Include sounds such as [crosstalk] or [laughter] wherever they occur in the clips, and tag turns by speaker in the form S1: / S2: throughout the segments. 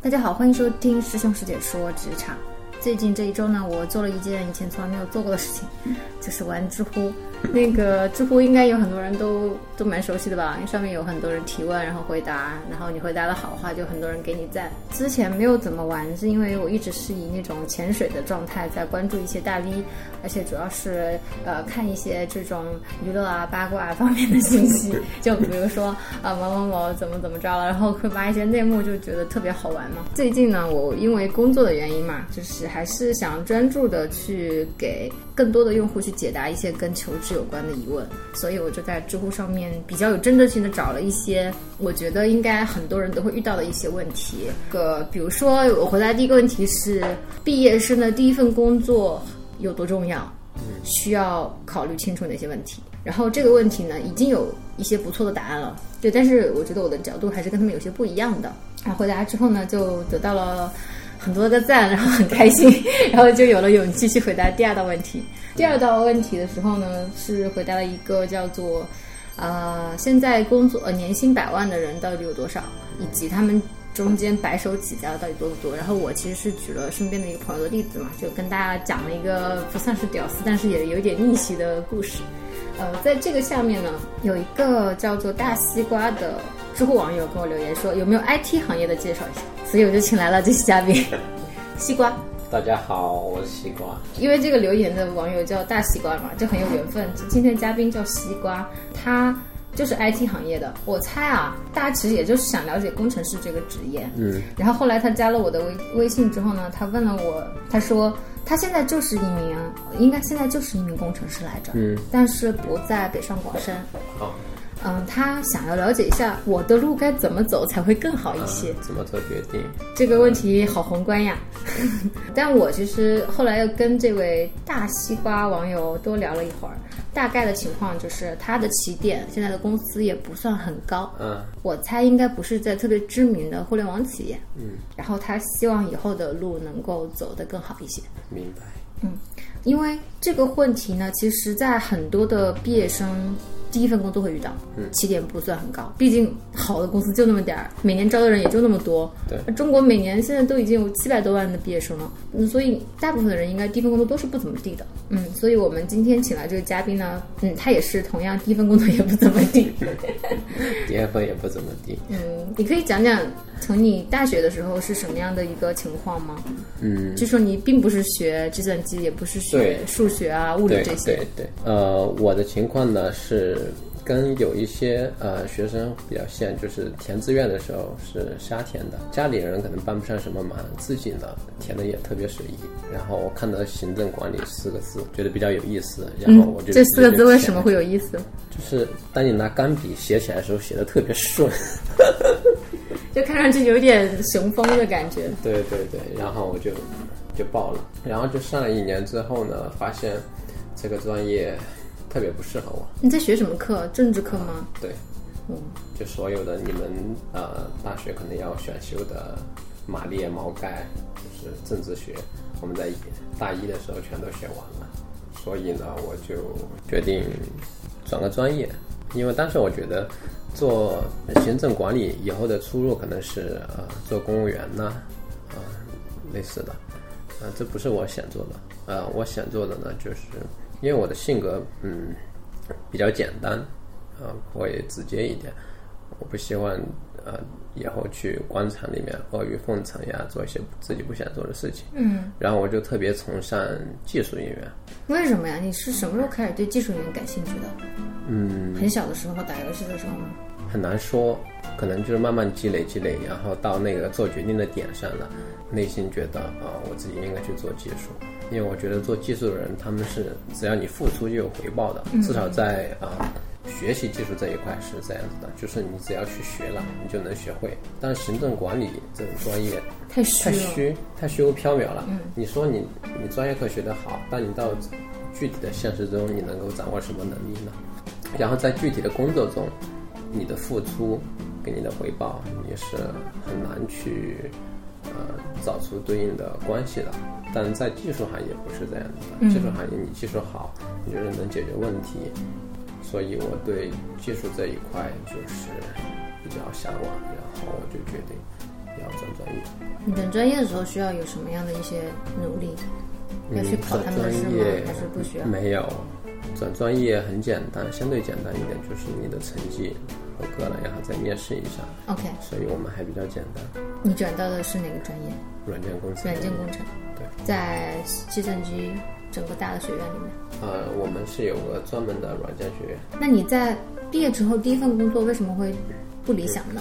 S1: 大家好，欢迎收听师兄师姐说职场。最近这一周呢，我做了一件以前从来没有做过的事情，就是玩知乎。那个知乎应该有很多人都都蛮熟悉的吧？因为上面有很多人提问，然后回答，然后你回答的好话，就很多人给你赞。之前没有怎么玩，是因为我一直是以那种潜水的状态在关注一些大 V，而且主要是呃看一些这种娱乐啊、八卦、啊、方面的信息，就比如说啊某某某怎么怎么着了，然后会发一些内幕，就觉得特别好玩嘛。最近呢，我因为工作的原因嘛，就是还是想专注的去给更多的用户去解答一些跟求职有关的疑问，所以我就在知乎上面比较有针对性的找了一些我觉得应该很多人都会遇到的一些问题。个比如说，我回答第一个问题是：毕业生的第一份工作有多重要？需要考虑清楚哪些问题？然后这个问题呢，已经有一些不错的答案了。对，但是我觉得我的角度还是跟他们有些不一样的。啊，回答之后呢，就得到了很多个赞，然后很开心，然后就有了勇气去回答第二道问题。第二道问题的时候呢，是回答了一个叫做“呃，现在工作呃年薪百万的人到底有多少，以及他们中间白手起家的到底多不多？”然后我其实是举了身边的一个朋友的例子嘛，就跟大家讲了一个不算是屌丝，但是也有一点逆袭的故事。呃，在这个下面呢，有一个叫做大西瓜的知乎网友给我留言说，有没有 IT 行业的介绍一下？所以我就请来了这期嘉宾，西瓜。
S2: 大家好，我是西瓜。
S1: 因为这个留言的网友叫大西瓜嘛，就很有缘分。今天嘉宾叫西瓜，他就是 IT 行业的。我猜啊，大家其实也就是想了解工程师这个职业。
S2: 嗯，
S1: 然后后来他加了我的微微信之后呢，他问了我，他说他现在就是一名，应该现在就是一名工程师来着，
S2: 嗯，
S1: 但是不在北上广深。
S2: 好，
S1: 嗯，他想要了解一下我的路该怎么走才会更好一些。
S2: 怎么做决定？
S1: 这个问题好宏观呀， [laughs] 但我其实后来又跟这位大西瓜网友多聊了一会儿，大概的情况就是他的起点现在的公司也不算很高，
S2: 嗯，
S1: 我猜应该不是在特别知名的互联网企业，
S2: 嗯，
S1: 然后他希望以后的路能够走得更好一些。
S2: 明白。
S1: 因为这个问题呢，其实在很多的毕业生第一份工作会遇到，
S2: 嗯
S1: 起点不算很高，毕竟好的公司就那么点儿，每年招的人也就那么多。
S2: 对，
S1: 中国每年现在都已经有七百多万的毕业生了，嗯，所以大部分的人应该第一份工作都是不怎么地的。嗯，所以我们今天请来这个嘉宾呢，嗯，他也是同样第一份工作也不怎么
S2: [laughs]
S1: 地。
S2: 第二份也不怎么
S1: [laughs]
S2: 地。
S1: 嗯，你可以讲讲从你大学的时候是什么样的一个情况吗？
S2: 嗯，
S1: 据说你并不是学计算机，也不是学
S2: 对
S1: 数学啊、物理
S2: 对
S1: 这些。
S2: 对对。呃，我的情况呢是跟有一些呃学生比较像，就是填志愿的时候是瞎填的，家里人可能帮不上什么忙，自己呢填的也特别随意。然后我看到“行政管理”四个字，觉得比较有意思，然后哦我就、
S1: 嗯这四个字为什
S2: 么？
S1: 么会有意思？
S2: 就是当你拿钢笔写起来的时候，写的特别顺。
S1: [laughs] 就看上去有点雄风的感觉。
S2: 对对对，然后我就就报了，然后就上了一年之后呢，发现这个专业特别不适合我。
S1: 你在学什么课？政治课吗？
S2: 对，
S1: 嗯，
S2: 就所有的你们呃大学可能要选修的马列毛概，就是政治学，我们在大一的时候全都学完了，所以呢，我就决定转个专业，因为当时我觉得做行政管理以后的出路可能是呃做公务员呐、啊、类似的，啊、这不是我想做的，呃，我想做的呢，就是因为我的性格嗯比较简单，啊，会直接一点。我不希望呃以后去官场里面阿谀奉承呀，做一些自己不想做的事情。
S1: 嗯，
S2: 然后我就特别崇尚技术人员。
S1: 为什么呀？你是什么时候开始对技术人员感兴趣的？
S2: 嗯，
S1: 很小的时候打游戏的时候吗？
S2: 很难说，可能就是慢慢积累积累，然后到那个做决定的点上了，内心觉得啊、我自己应该去做技术，因为我觉得做技术的人，他们是只要你付出就有回报的，至少在啊、学习技术这一块是这样子的，就是你只要去学了，你就能学会。但是行政管理这种专业，
S1: 太虚
S2: 太
S1: 了。
S2: 虚，太虚无缥缈了。你说你你专业课学得好，但你到具体的现实中，你能够掌握什么能力呢？然后在具体的工作中，你的付出给你的回报，你是很难去呃找出对应的关系的。但在技术行业不是这样子的，技术行业你技术好，你就是能解决问题。所以我对技术这一块就是比较向往，然后我就决定要转专业。
S1: 你等专业的时候需要有什么样的一些努力？要
S2: 嗯
S1: 去考
S2: 转
S1: 他们的
S2: 专
S1: 试吗
S2: 业？
S1: 还是不需要？
S2: 没有，转专业很简单，相对简单一点，就是你的成绩合格了，然后再面试一下。
S1: OK，
S2: 所以我们还比较简单，
S1: 你转到的是哪个专业？
S2: 软件公司。
S1: 软件工程。
S2: 对，
S1: 在计算机整个大的学院里面。
S2: 呃，我们是有个专门的软件学院。
S1: 那你在毕业之后第一份工作为什么会不理想呢？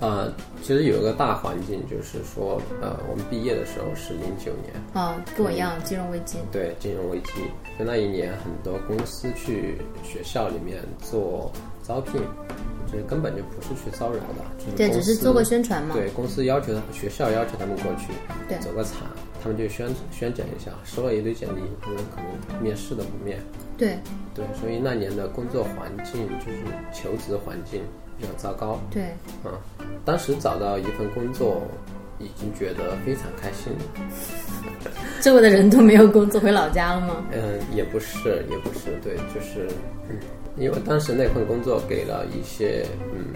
S2: 呃，其实有一个大环境，就是说，呃，我们毕业的时候是零九年，
S1: 啊，跟我一样，金融危机。
S2: 对金融危机，就那一年很多公司去学校里面做招聘，就是根本就不是去招人的，就是
S1: 对，
S2: 公
S1: 只是
S2: 司
S1: 做过宣传嘛。
S2: 对公司要求他，学校要求他们过去
S1: 对
S2: 走个场，他们就宣宣讲一下，收了一堆简历，他们可能面试都不面。
S1: 对
S2: 对，所以那年的工作环境就是求职环境比较糟糕。
S1: 对
S2: 嗯，当时找到一份工作，已经觉得非常开心。
S1: 周围的人都没有工作，回老家了吗？
S2: 嗯，也不是，也不是，对，就是，嗯，因为当时那份工作给了一些嗯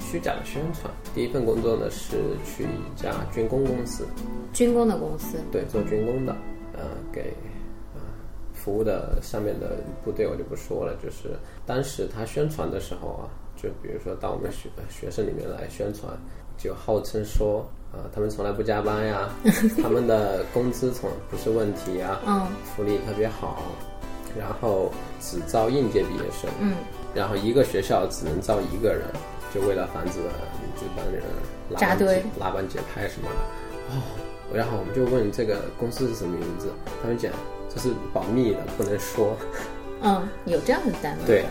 S2: 虚假的宣传。第一份工作呢是去一家军工公司，
S1: 军工的公司，
S2: 对，做军工的，呃，给呃服务的上面的部队我就不说了，就是当时他宣传的时候啊，就比如说到我们学学生里面来宣传，就号称说啊、呃他们从来不加班呀，他们的工资从不是问题呀，
S1: 嗯
S2: 福利特别好，然后只招应届毕业生，
S1: 嗯，
S2: 然后一个学校只能招一个人，就为了防止这帮人拉
S1: 扎
S2: 帮结
S1: 堆
S2: 拉帮结派什么的。哦，然后我们就问这个公司是什么名字，他们讲这是保密的，不能说。
S1: 嗯，有这样的单位。
S2: 对，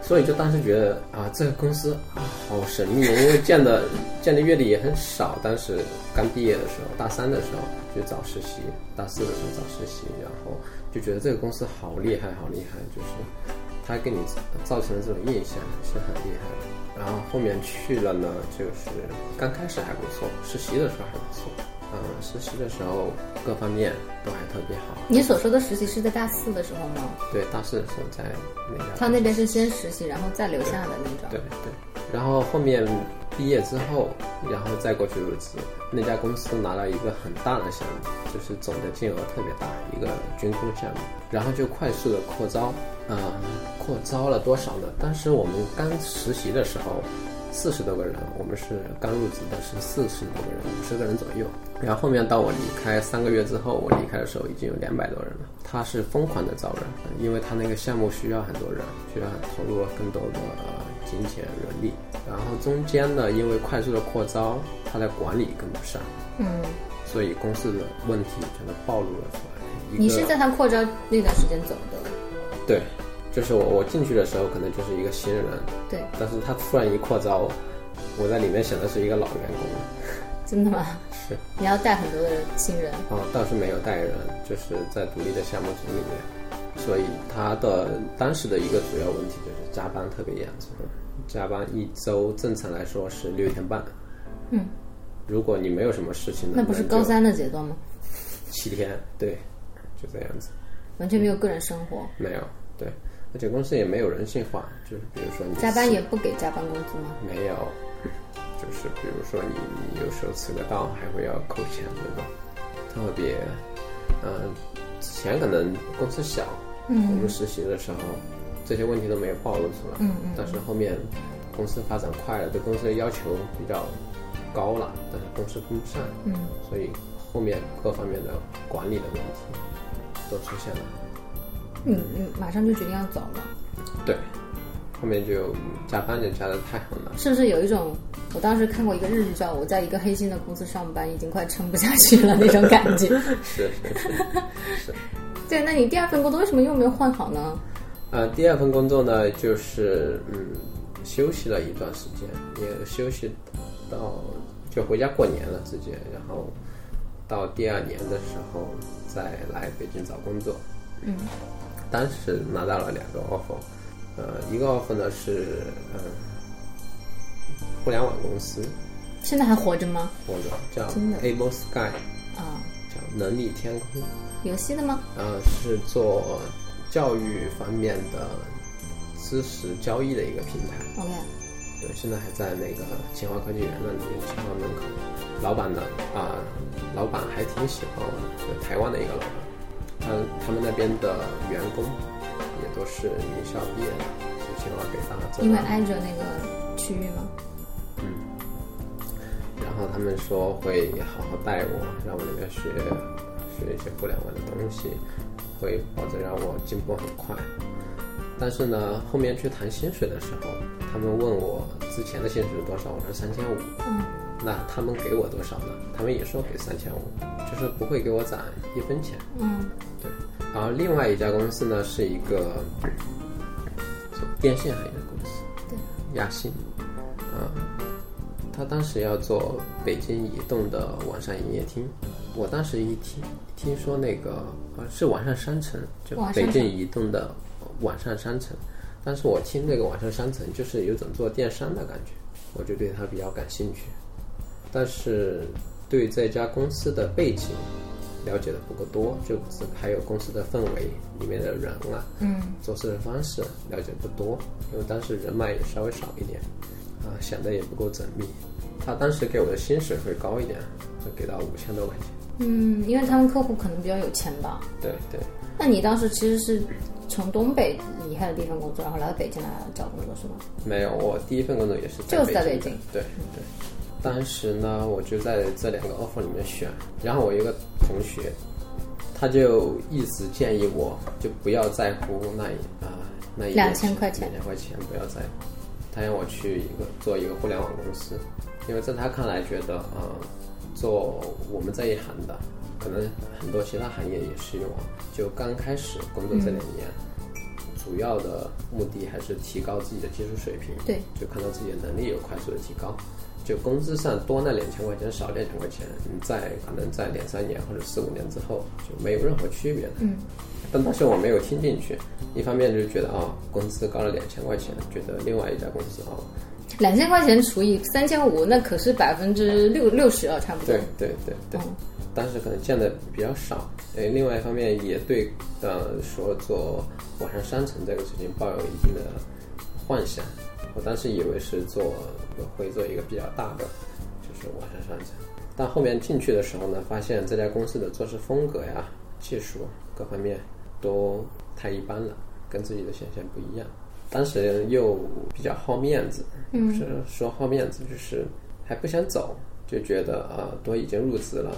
S2: 所以就当时觉得啊，这个公司啊好神秘，因为见的见的阅历也很少。当时刚毕业的时候，大三的时候就找实习，大四的时候找实习，然后就觉得这个公司好厉害，好厉害，就是它给你造成的这种印象是很厉害的。然后后面去了呢，就是刚开始还不错，实习的时候还不错，嗯，实习的时候各方面都还特别好。
S1: 你所说的实习是在大四的时候吗？
S2: 对大四的时候在那家
S1: 他那边是先实习，然后再留下的那种。
S2: 对对，然后后面毕业之后，然后再过去入职，那家公司拿了一个很大的项目，就是总的金额特别大，一个军工项目，然后就快速的扩招，呃，扩招了多少呢？当时我们刚实习的时候。四十多个人，我们是刚入职的是四十多个人，五十个人左右。然后后面到我离开三个月之后，我离开的时候已经有两百多人了。他是疯狂的招人，呃因为他那个项目需要很多人，需要投入更多的呃金钱人力。然后中间呢，因为快速的扩招，他的管理跟不上，
S1: 嗯，
S2: 所以公司的问题全都暴露了出来。一个
S1: 你是在他扩招那段时间走的，
S2: 对，就是我我进去的时候可能就是一个新人，
S1: 对，
S2: 但是他突然一扩招，我在里面想的是一个老员工。
S1: 真的吗？ [laughs]
S2: 是
S1: 你要带很多的新人，
S2: 哦，倒是没有带人，就是在独立的项目组里面，所以他的当时的一个主要问题就是加班特别严重，加班一周正常来说是六天半，
S1: 嗯，
S2: 如果你没有什么事情呢，
S1: 那不是
S2: 就
S1: 高三的节奏吗？
S2: 七天，对，就这样子，
S1: 完全没有个人生活，
S2: 没有对，而且公司也没有人性化，就是比如说你
S1: 加班
S2: 四
S1: 也不给加班工资吗？
S2: 没有，就是比如说你你有时候迟个到还会要扣钱那种，特别，嗯、之前可能公司小，
S1: 嗯
S2: 我们实习的时候这些问题都没有暴露出来，
S1: 嗯嗯
S2: 但是后面公司发展快了，对公司的要求比较高了，但是公司跟不上，
S1: 嗯，
S2: 所以后面各方面的管理的问题都出现了，
S1: 你你马上就决定要走了，
S2: 对，后面就加班就加的太狠了。
S1: 是不是有一种？我当时看过一个日剧，叫《我在一个黑心的公司上班，已经快撑不下去了》那种感
S2: [laughs]
S1: 觉。
S2: 是是是是。
S1: 对，那你第二份工作为什么又没有换好呢？
S2: 呃，第二份工作呢，就是嗯，休息了一段时间，也休息到就回家过年了，直接，然后到第二年的时候再来北京找工作。
S1: 嗯，
S2: 当时拿到了两个 offer，呃，一个 offer 呢是嗯、互联网公司，
S1: 现在还活着吗？
S2: 或者叫
S1: 真的
S2: Able Sky，
S1: 啊、
S2: 叫能力天空。
S1: 游戏的吗？
S2: 呃，是做教育方面的知识交易的一个平台。
S1: OK，
S2: 对，对，现在还在那个清华科技园那里，清华门口。老板呢，啊、老板还挺喜欢我的，就台湾的一个老板。他他们那边的员工也都是名校毕业的，就清华北大。浙
S1: 因为
S2: 大
S1: 挨着那个区域嘛。
S2: 然后他们说会好好带我，让我那边学学一些互联网的东西，会保证让我进步很快。但是呢，后面去谈薪水的时候，他们问我之前的薪水是多少，我说三千五。
S1: 嗯，
S2: 那他们给我多少呢？他们也说给三千五，就是不会给我攒一分钱。
S1: 嗯
S2: 对，然后另外一家公司呢是一个是电信行业的公司，
S1: 对，
S2: 亚信，啊、他当时要做北京移动的晚上营业厅，我当时一听听说那个呃是晚上商城，就
S1: 晚上
S2: 北
S1: 商
S2: 京移动的晚上商城，但是我听这个晚上商城就是有种做电商的感觉，我就对它比较感兴趣，但是对这家公司的背景了解的不够多，就只还有公司的氛围里面的人啊，
S1: 嗯，
S2: 做事的方式了解不多，因为当时人脉也稍微少一点，啊，想的也不够缜密。他当时给我的薪水会高一点，会给到五千多块钱。
S1: 嗯，因为他们客户可能比较有钱吧。
S2: 对对，
S1: 那你当时其实是从东北离开了地方工作，然后来到北京来找工作是吗？
S2: 没有，我第一份工作也是
S1: 就是在
S2: 北
S1: 北京
S2: 的。对对，当时呢，我就在这两个 offer 里面选，然后我有一个同学，他就一直建议我，就不要在乎那一啊、那一
S1: 两千块钱
S2: 两千块钱不要在乎。他让我去一个做一个互联网公司，因为在他看来觉得啊、呃做我们这一行的，可能很多其他行业也适用啊。就刚开始工作这两年，主要的目的还是提高自己的技术水平，
S1: 对，
S2: 就看到自己的能力有快速的提高。就工资上多那两千块钱，少两千块钱，你在可能在两三年或者四五年之后就没有任何区别的。
S1: 嗯，
S2: 但当时我没有听进去，一方面就觉得啊、工资高了两千块钱，觉得另外一家公司啊、
S1: 两千块钱除以三千五，那可是百分之六六十啊，差不多。
S2: 对对对对
S1: 嗯，
S2: 当时可能见的比较少。诶，另外一方面也对呃说做网上商城这个事情抱有一定的幻想。我当时以为是做会做一个比较大的，就是网上商城。但后面进去的时候呢，发现这家公司的做事风格呀、技术各方面都太一般了，跟自己的想象不一样。当时又比较好面子，
S1: 嗯
S2: 不是说好面子，就是还不想走，就觉得啊、都已经入职了，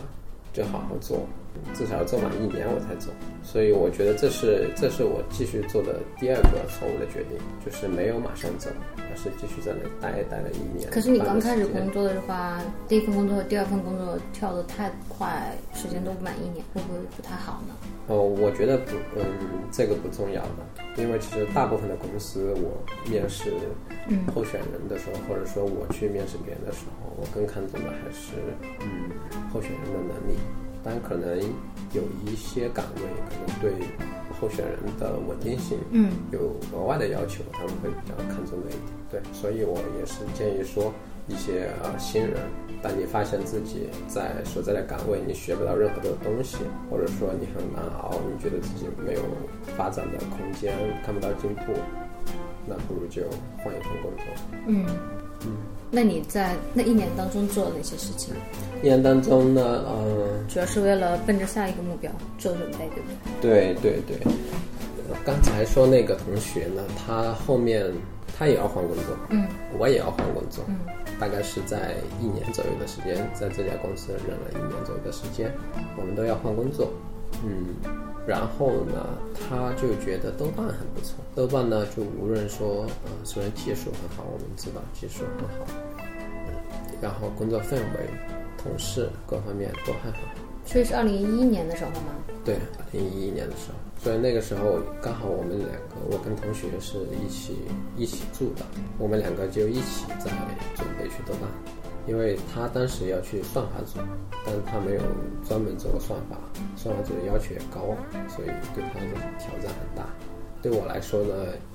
S2: 就好好做，至少做满一年我才走。所以我觉得这是这是我继续做的第二个错误的决定，就是没有马上走，而是继续在那待待了一年。
S1: 可是你刚开始
S2: 半
S1: 工
S2: 年
S1: 作的话，第一份工作和第二份工作跳得太快，时间都不满一年，会不会不太好呢？
S2: 哦，我觉得不，嗯，这个不重要的，因为其实大部分的公司，我面试候选人的时候，或者说我去面试别人的时候，我更看重的还是嗯候选人的能力，但可能有一些岗位可能对候选人的稳定性
S1: 嗯，
S2: 有额外的要求，他们会比较看重这一点。对，所以我也是建议说，一些呃新人，当你发现自己在所在的岗位你学不到任何的东西，或者说你很难熬，你觉得自己没有发展的空间，看不到进步，那不如就换一份工作。
S1: 嗯，那你在那一年当中做了哪些事情？
S2: 一年当中呢，嗯、
S1: 主要是为了奔着下一个目标做准备，对不对？
S2: 对对对，呃刚才说那个同学呢，他后面他也要换工作，
S1: 嗯，
S2: 我也要换工作，嗯，大概是在一年左右的时间，在这家公司忍了一年左右的时间，我们都要换工作，嗯，然后呢，他就觉得豆瓣很不错，豆瓣呢就无论说呃，虽然技术很好，我们知道技术很好，嗯，然后工作氛围、同事各方面都很好。
S1: 所以是二零一一年的时候吗？
S2: 对，二零一一年的时候，所以那个时候刚好我们两个，我跟同学是一起一起住的，我们两个就一起在准备去豆瓣，因为他当时要去算法组，但他没有专门做过算法，算法组的要求也高，所以对他的挑战很大。对我来说呢，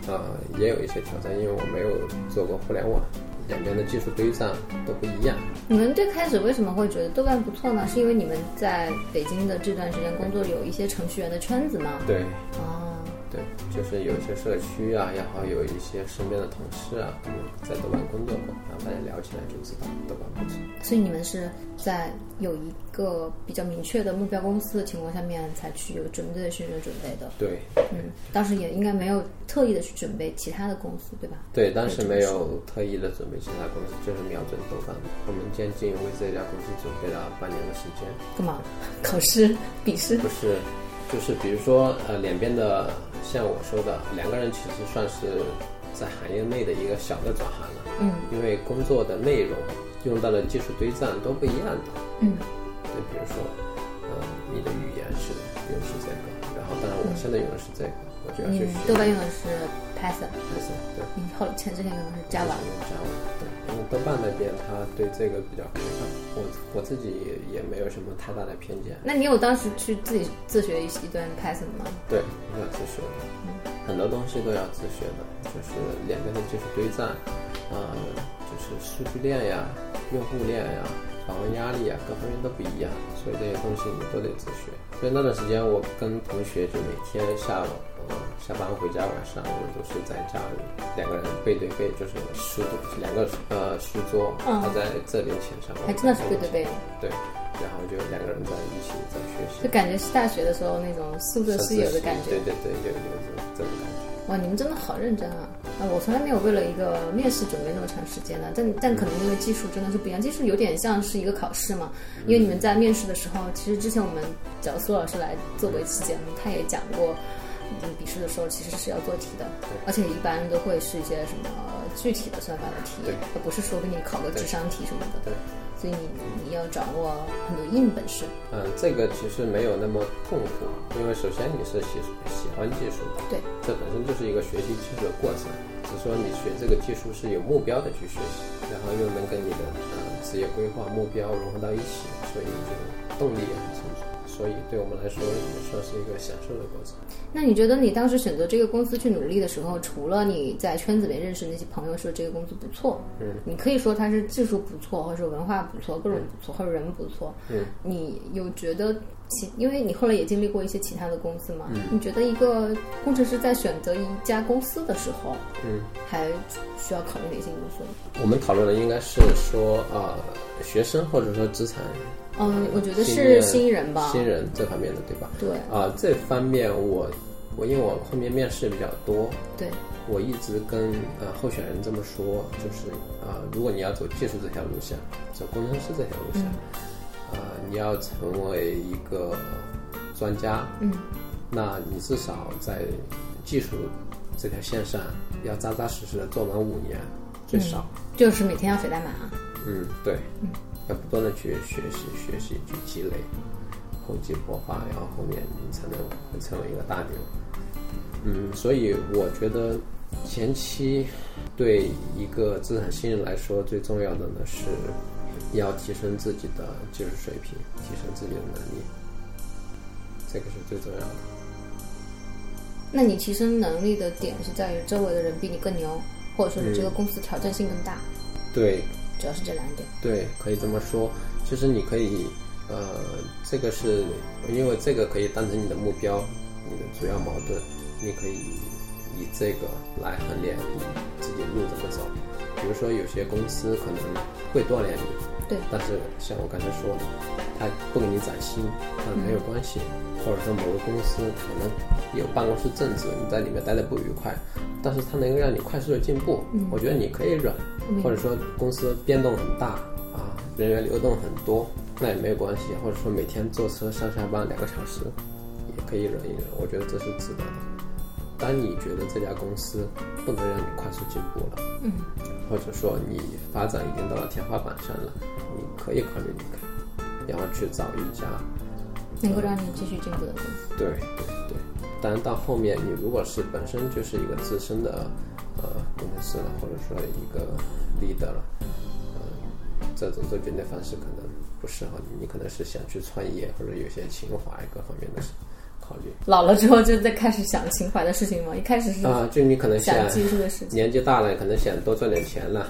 S2: 呃，也有一些挑战，因为我没有做过互联网，两边的技术堆栈都不一样。
S1: 你们最开始为什么会觉得豆瓣不错呢？是因为你们在北京的这段时间工作有一些程序员的圈子吗？
S2: 对，
S1: 哦，
S2: 对，就是有一些社区啊，然后有一些身边的同事啊，他们在豆瓣工作过，然后大家聊起来就知道豆瓣不错。
S1: 所以你们是在有一个比较明确的目标公司的情况下面，才去有针对性的准备的。
S2: 对，
S1: 嗯，当时也应该没有特意的去准备其他的公司，对吧？
S2: 对，当时没有特意的准备其他公司，就是瞄准豆瓣。我们先进 v 这家公司准备了半年的时间，
S1: 干嘛？考试、笔试
S2: 不是，就是比如说呃，两边的，像我说的，两个人其实算是在行业内的一个小的转行了。
S1: 嗯，
S2: 因为工作的内容用到的技术堆栈都不一样的。
S1: 嗯，
S2: 对，比如说，呃，你的语言是用的是这个，然后当然我现在用的是这个，我就要
S1: 你
S2: 去
S1: 们
S2: 学
S1: 嗯豆瓣用的是 Python，
S2: Python，对，
S1: 你后前之前用的是 Java，
S2: 用 Java，对，因为豆瓣那边他对这个比较开放，我我自己也没有什么太大的偏见。
S1: 那你有当时去自己自学一一段 Python 吗？
S2: 对，要自学的，
S1: 嗯
S2: 很多东西都要自学的，就是两边的技术堆栈，呃，就是数据链呀、用户链呀、访问压力呀，各方面都不一样，所以这些东西你都得自学。所以那段时间，我跟同学就每天下午。呃下班回家，晚上我们都是在家里两个人背对背，就是书两个呃书桌，
S1: 嗯
S2: 他在这边前上，
S1: 还真的是背对背，
S2: 对，然后就两个人在一起在学习
S1: 就。感觉是大学的时候那种宿舍室友的感觉
S2: 对。对对，有有有这种感觉。
S1: 哇，你们真的好认真啊！啊，我从来没有为了一个面试准备那么长时间的，但但可能因为技术真的是不一样，技术有点像是一个考试嘛。因为你们在面试的时候，其实之前我们找苏老师来做过一期节目，他也讲过，嗯，笔试的时候其实是要做题的，而且一般都会是一些什么具体的算法的题
S2: 对，
S1: 而不是说给你考个智商题什么的。
S2: 对，
S1: 所以你你要掌握很多硬本事。
S2: 嗯，这个其实没有那么痛苦，因为首先你是喜喜欢技术的，
S1: 对，
S2: 这本身就是一个学习技术的过程，只是说你学这个技术是有目标的去学习，然后又能跟你的呃职业规划目标融合到一起，所以就动力也很充足。所以对我们来说也算是一个享受的过程。
S1: 那你觉得你当时选择这个公司去努力的时候，除了你在圈子里认识那些朋友说这个公司不错，
S2: 嗯，
S1: 你可以说它是技术不错，或者是文化不错，各种不错，或者人不错，
S2: 嗯，
S1: 你有觉得其因为你后来也经历过一些其他的公司嘛，
S2: 嗯
S1: 你觉得一个工程师在选择一家公司的时候，
S2: 嗯，
S1: 还需要考虑哪些因素呢？
S2: 我们讨论的应该是说呃学生或者说职场
S1: 嗯，我觉得
S2: 新
S1: 是
S2: 人
S1: 新人吧，
S2: 新人这方面的，对吧？
S1: 对
S2: 啊、这方面我我因为我后面面试比较多，
S1: 对，
S2: 我一直跟呃候选人这么说，就是啊、如果你要走技术这条路线，走工程师这条路线，啊、你要成为一个专家，
S1: 嗯，
S2: 那你至少在技术这条线上要扎扎实实的做满五年，最少。
S1: 就是每天要写代码啊，
S2: 嗯，对，要不断的去学习、学习、去积累，厚积薄发，然后后面你才能会成为一个大牛。嗯，所以我觉得前期对一个资产新人来说，最重要的呢是要提升自己的技术水平，提升自己的能力，这个是最重要的。
S1: 那你提升能力的点是在于周围的人比你更牛，或者说你这个公司挑战性更大，
S2: 对，
S1: 主要是这两点。
S2: 对，可以这么说。其实你可以，呃，这个是因为这个可以当成你的目标，你的主要矛盾，你可以以这个来衡量你自己路怎么走。比如说，有些公司可能会锻炼你，
S1: 对，
S2: 但是像我刚才说的，他不给你涨薪，那没有关系。或者说某个公司可能有办公室政治，你在里面待的不愉快，但是它能够让你快速的进步，我觉得你可以忍，或者说公司变动很大啊，人员流动很多，那也没有关系。或者说每天坐车上下班两个小时，也可以忍一忍，我觉得这是值得的。当你觉得这家公司不能让你快速进步了，
S1: 嗯，
S2: 或者说你发展已经到了天花板上了，你可以考虑离开，然后去找一家
S1: 能够让你继续进步的公司。
S2: 对对对，当然到后面你如果是本身就是一个资深的呃工程师了，或者说一个 leader 了，呃，这种做决定方式可能不适合你，你可能是想去创业或者有些情怀各方面的考虑
S1: 老了之后就在开始想情怀的事情嘛，一开始是
S2: 啊、就你可能想
S1: 嗯想技术的事情，
S2: 年纪大了，可能想多赚点钱了，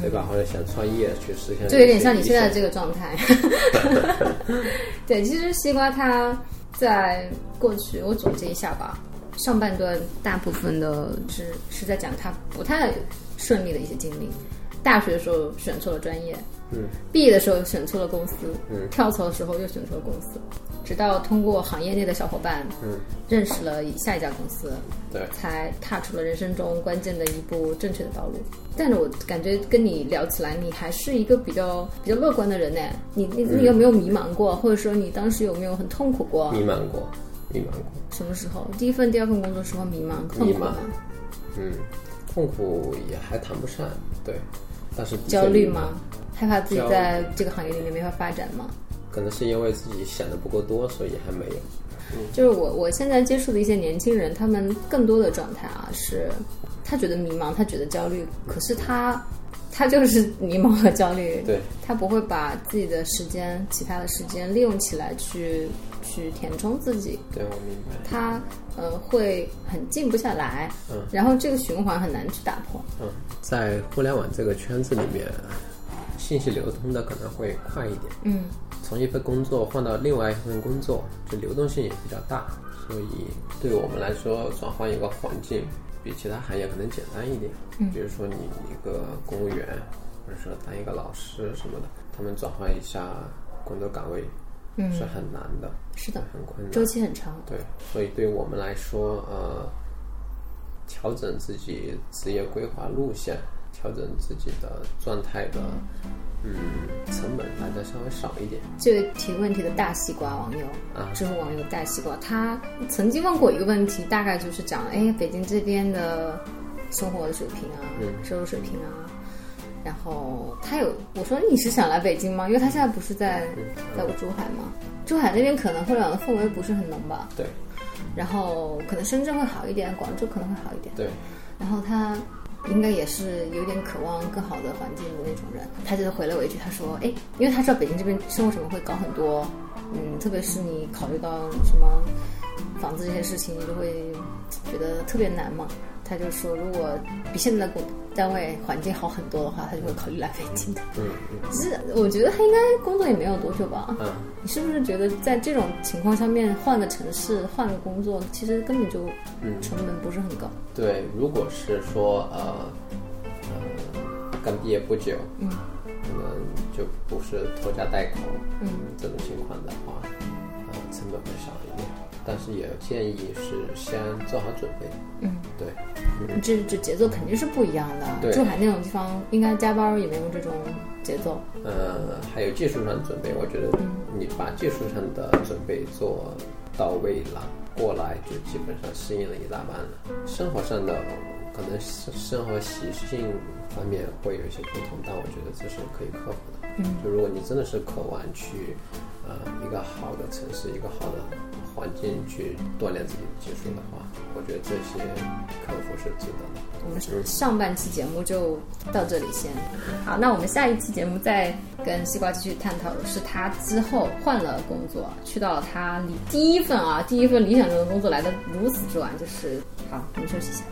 S2: 对吧？或者想创业去实现，
S1: 就有点像你现在这个状态。 [laughs] 对，其实西瓜它在过去，我总结一下吧，上半段大部分的是是在讲他不太顺利的一些经历。大学的时候选错了专业，
S2: 嗯，
S1: 毕业的时候选错了公司，
S2: 嗯
S1: 跳槽的时候又选错了公司，直到通过行业内的小伙伴，
S2: 嗯，
S1: 认识了下一家公司，
S2: 对，
S1: 才踏出了人生中关键的一步正确的道路。但是我感觉跟你聊起来，你还是一个比较比较乐观的人呢。你你
S2: 嗯
S1: 你有没有迷茫过，或者说你当时有没有很痛苦过？
S2: 迷茫过，迷茫过。
S1: 什么时候？第一份、第二份工作时候迷茫痛
S2: 迷
S1: 苦
S2: 茫
S1: 吗？
S2: 嗯，痛苦也还谈不上，对，但是的确
S1: 焦虑
S2: 迷茫
S1: 吗？害怕自己
S2: 焦虑
S1: 在这个行业里面没法发展吗？
S2: 可能是因为自己想的不够多，所以还没有。
S1: 就是我我现在接触的一些年轻人，他们更多的状态啊是，他觉得迷茫，他觉得焦虑，可是他他就是迷茫和焦虑，
S2: 对，
S1: 他不会把自己的时间、其他的时间利用起来去去填充自己，
S2: 对我明白。
S1: 他呃会很静不下来，
S2: 嗯
S1: 然后这个循环很难去打破。
S2: 嗯，在互联网这个圈子里面，信息流通的可能会快一点。
S1: 嗯，
S2: 从一份工作换到另外一份工作，就流动性也比较大，所以对我们来说，转换一个环境比其他行业可能简单一点。嗯，比如说你一个公务员，或者说当一个老师什么的，他们转换一下工作岗位，嗯，是很难的，
S1: 是的，
S2: 很困难。
S1: 嗯周期很长。
S2: 对，所以对我们来说，呃，调整自己职业规划路线，调整自己的状态的，嗯，成本大家稍微少一点。
S1: 这位提问题的大西瓜网友
S2: 啊，
S1: 知乎网友大西瓜，他曾经问过一个问题，大概就是讲，哎，北京这边的生活的水平啊，收入水平啊，然后他有我说你是想来北京吗？因为他现在不是在在我珠海吗？珠海那边可能互联网的氛围不是很浓吧，
S2: 对，
S1: 然后可能深圳会好一点，广州可能会好一点。
S2: 对，
S1: 然后他应该也是有点渴望更好的环境的那种人，他就回了我一句，他说：“哎，因为他知道北京这边生活成本会高很多，嗯，特别是你考虑到什么房子这些事情，你就会觉得特别难嘛。”他就说，如果比现在的单位环境好很多的话，他就会考虑来北京的。
S2: 嗯嗯
S1: 其实我觉得他应该工作也没有多久吧。
S2: 嗯，
S1: 你是不是觉得在这种情况下面，换个城市、换个工作，其实根本就
S2: 嗯
S1: 成本不是很高？
S2: 对，如果是说呃呃刚毕业不久，
S1: 嗯
S2: 可能就不是拖家带口，
S1: 嗯
S2: 这种情况的话，呃成本会少一点，但是也建议是先做好准备，
S1: 嗯。
S2: 对，
S1: 这这节奏肯定是不一样的。
S2: 对
S1: 珠海那种地方，应该加班儿也没有这种节奏。
S2: 呃，还有技术上的准备，我觉得你把技术上的准备做到位了，过来就基本上适应了一大半了。生活上的可能是生活习性方面会有一些不同，但我觉得这是可以克服的。
S1: 嗯，
S2: 就如果你真的是渴望去，呃，一个好的城市，一个好的环境去锻炼自己的技术的话，我觉得这些克服是值得的。
S1: 我们上半期节目就到这里先。好，那我们下一期节目再跟西瓜继续探讨的是他之后换了工作，去到了他理第一份啊，第一份理想中的工作来的如此之晚，就是好，我们休息一下。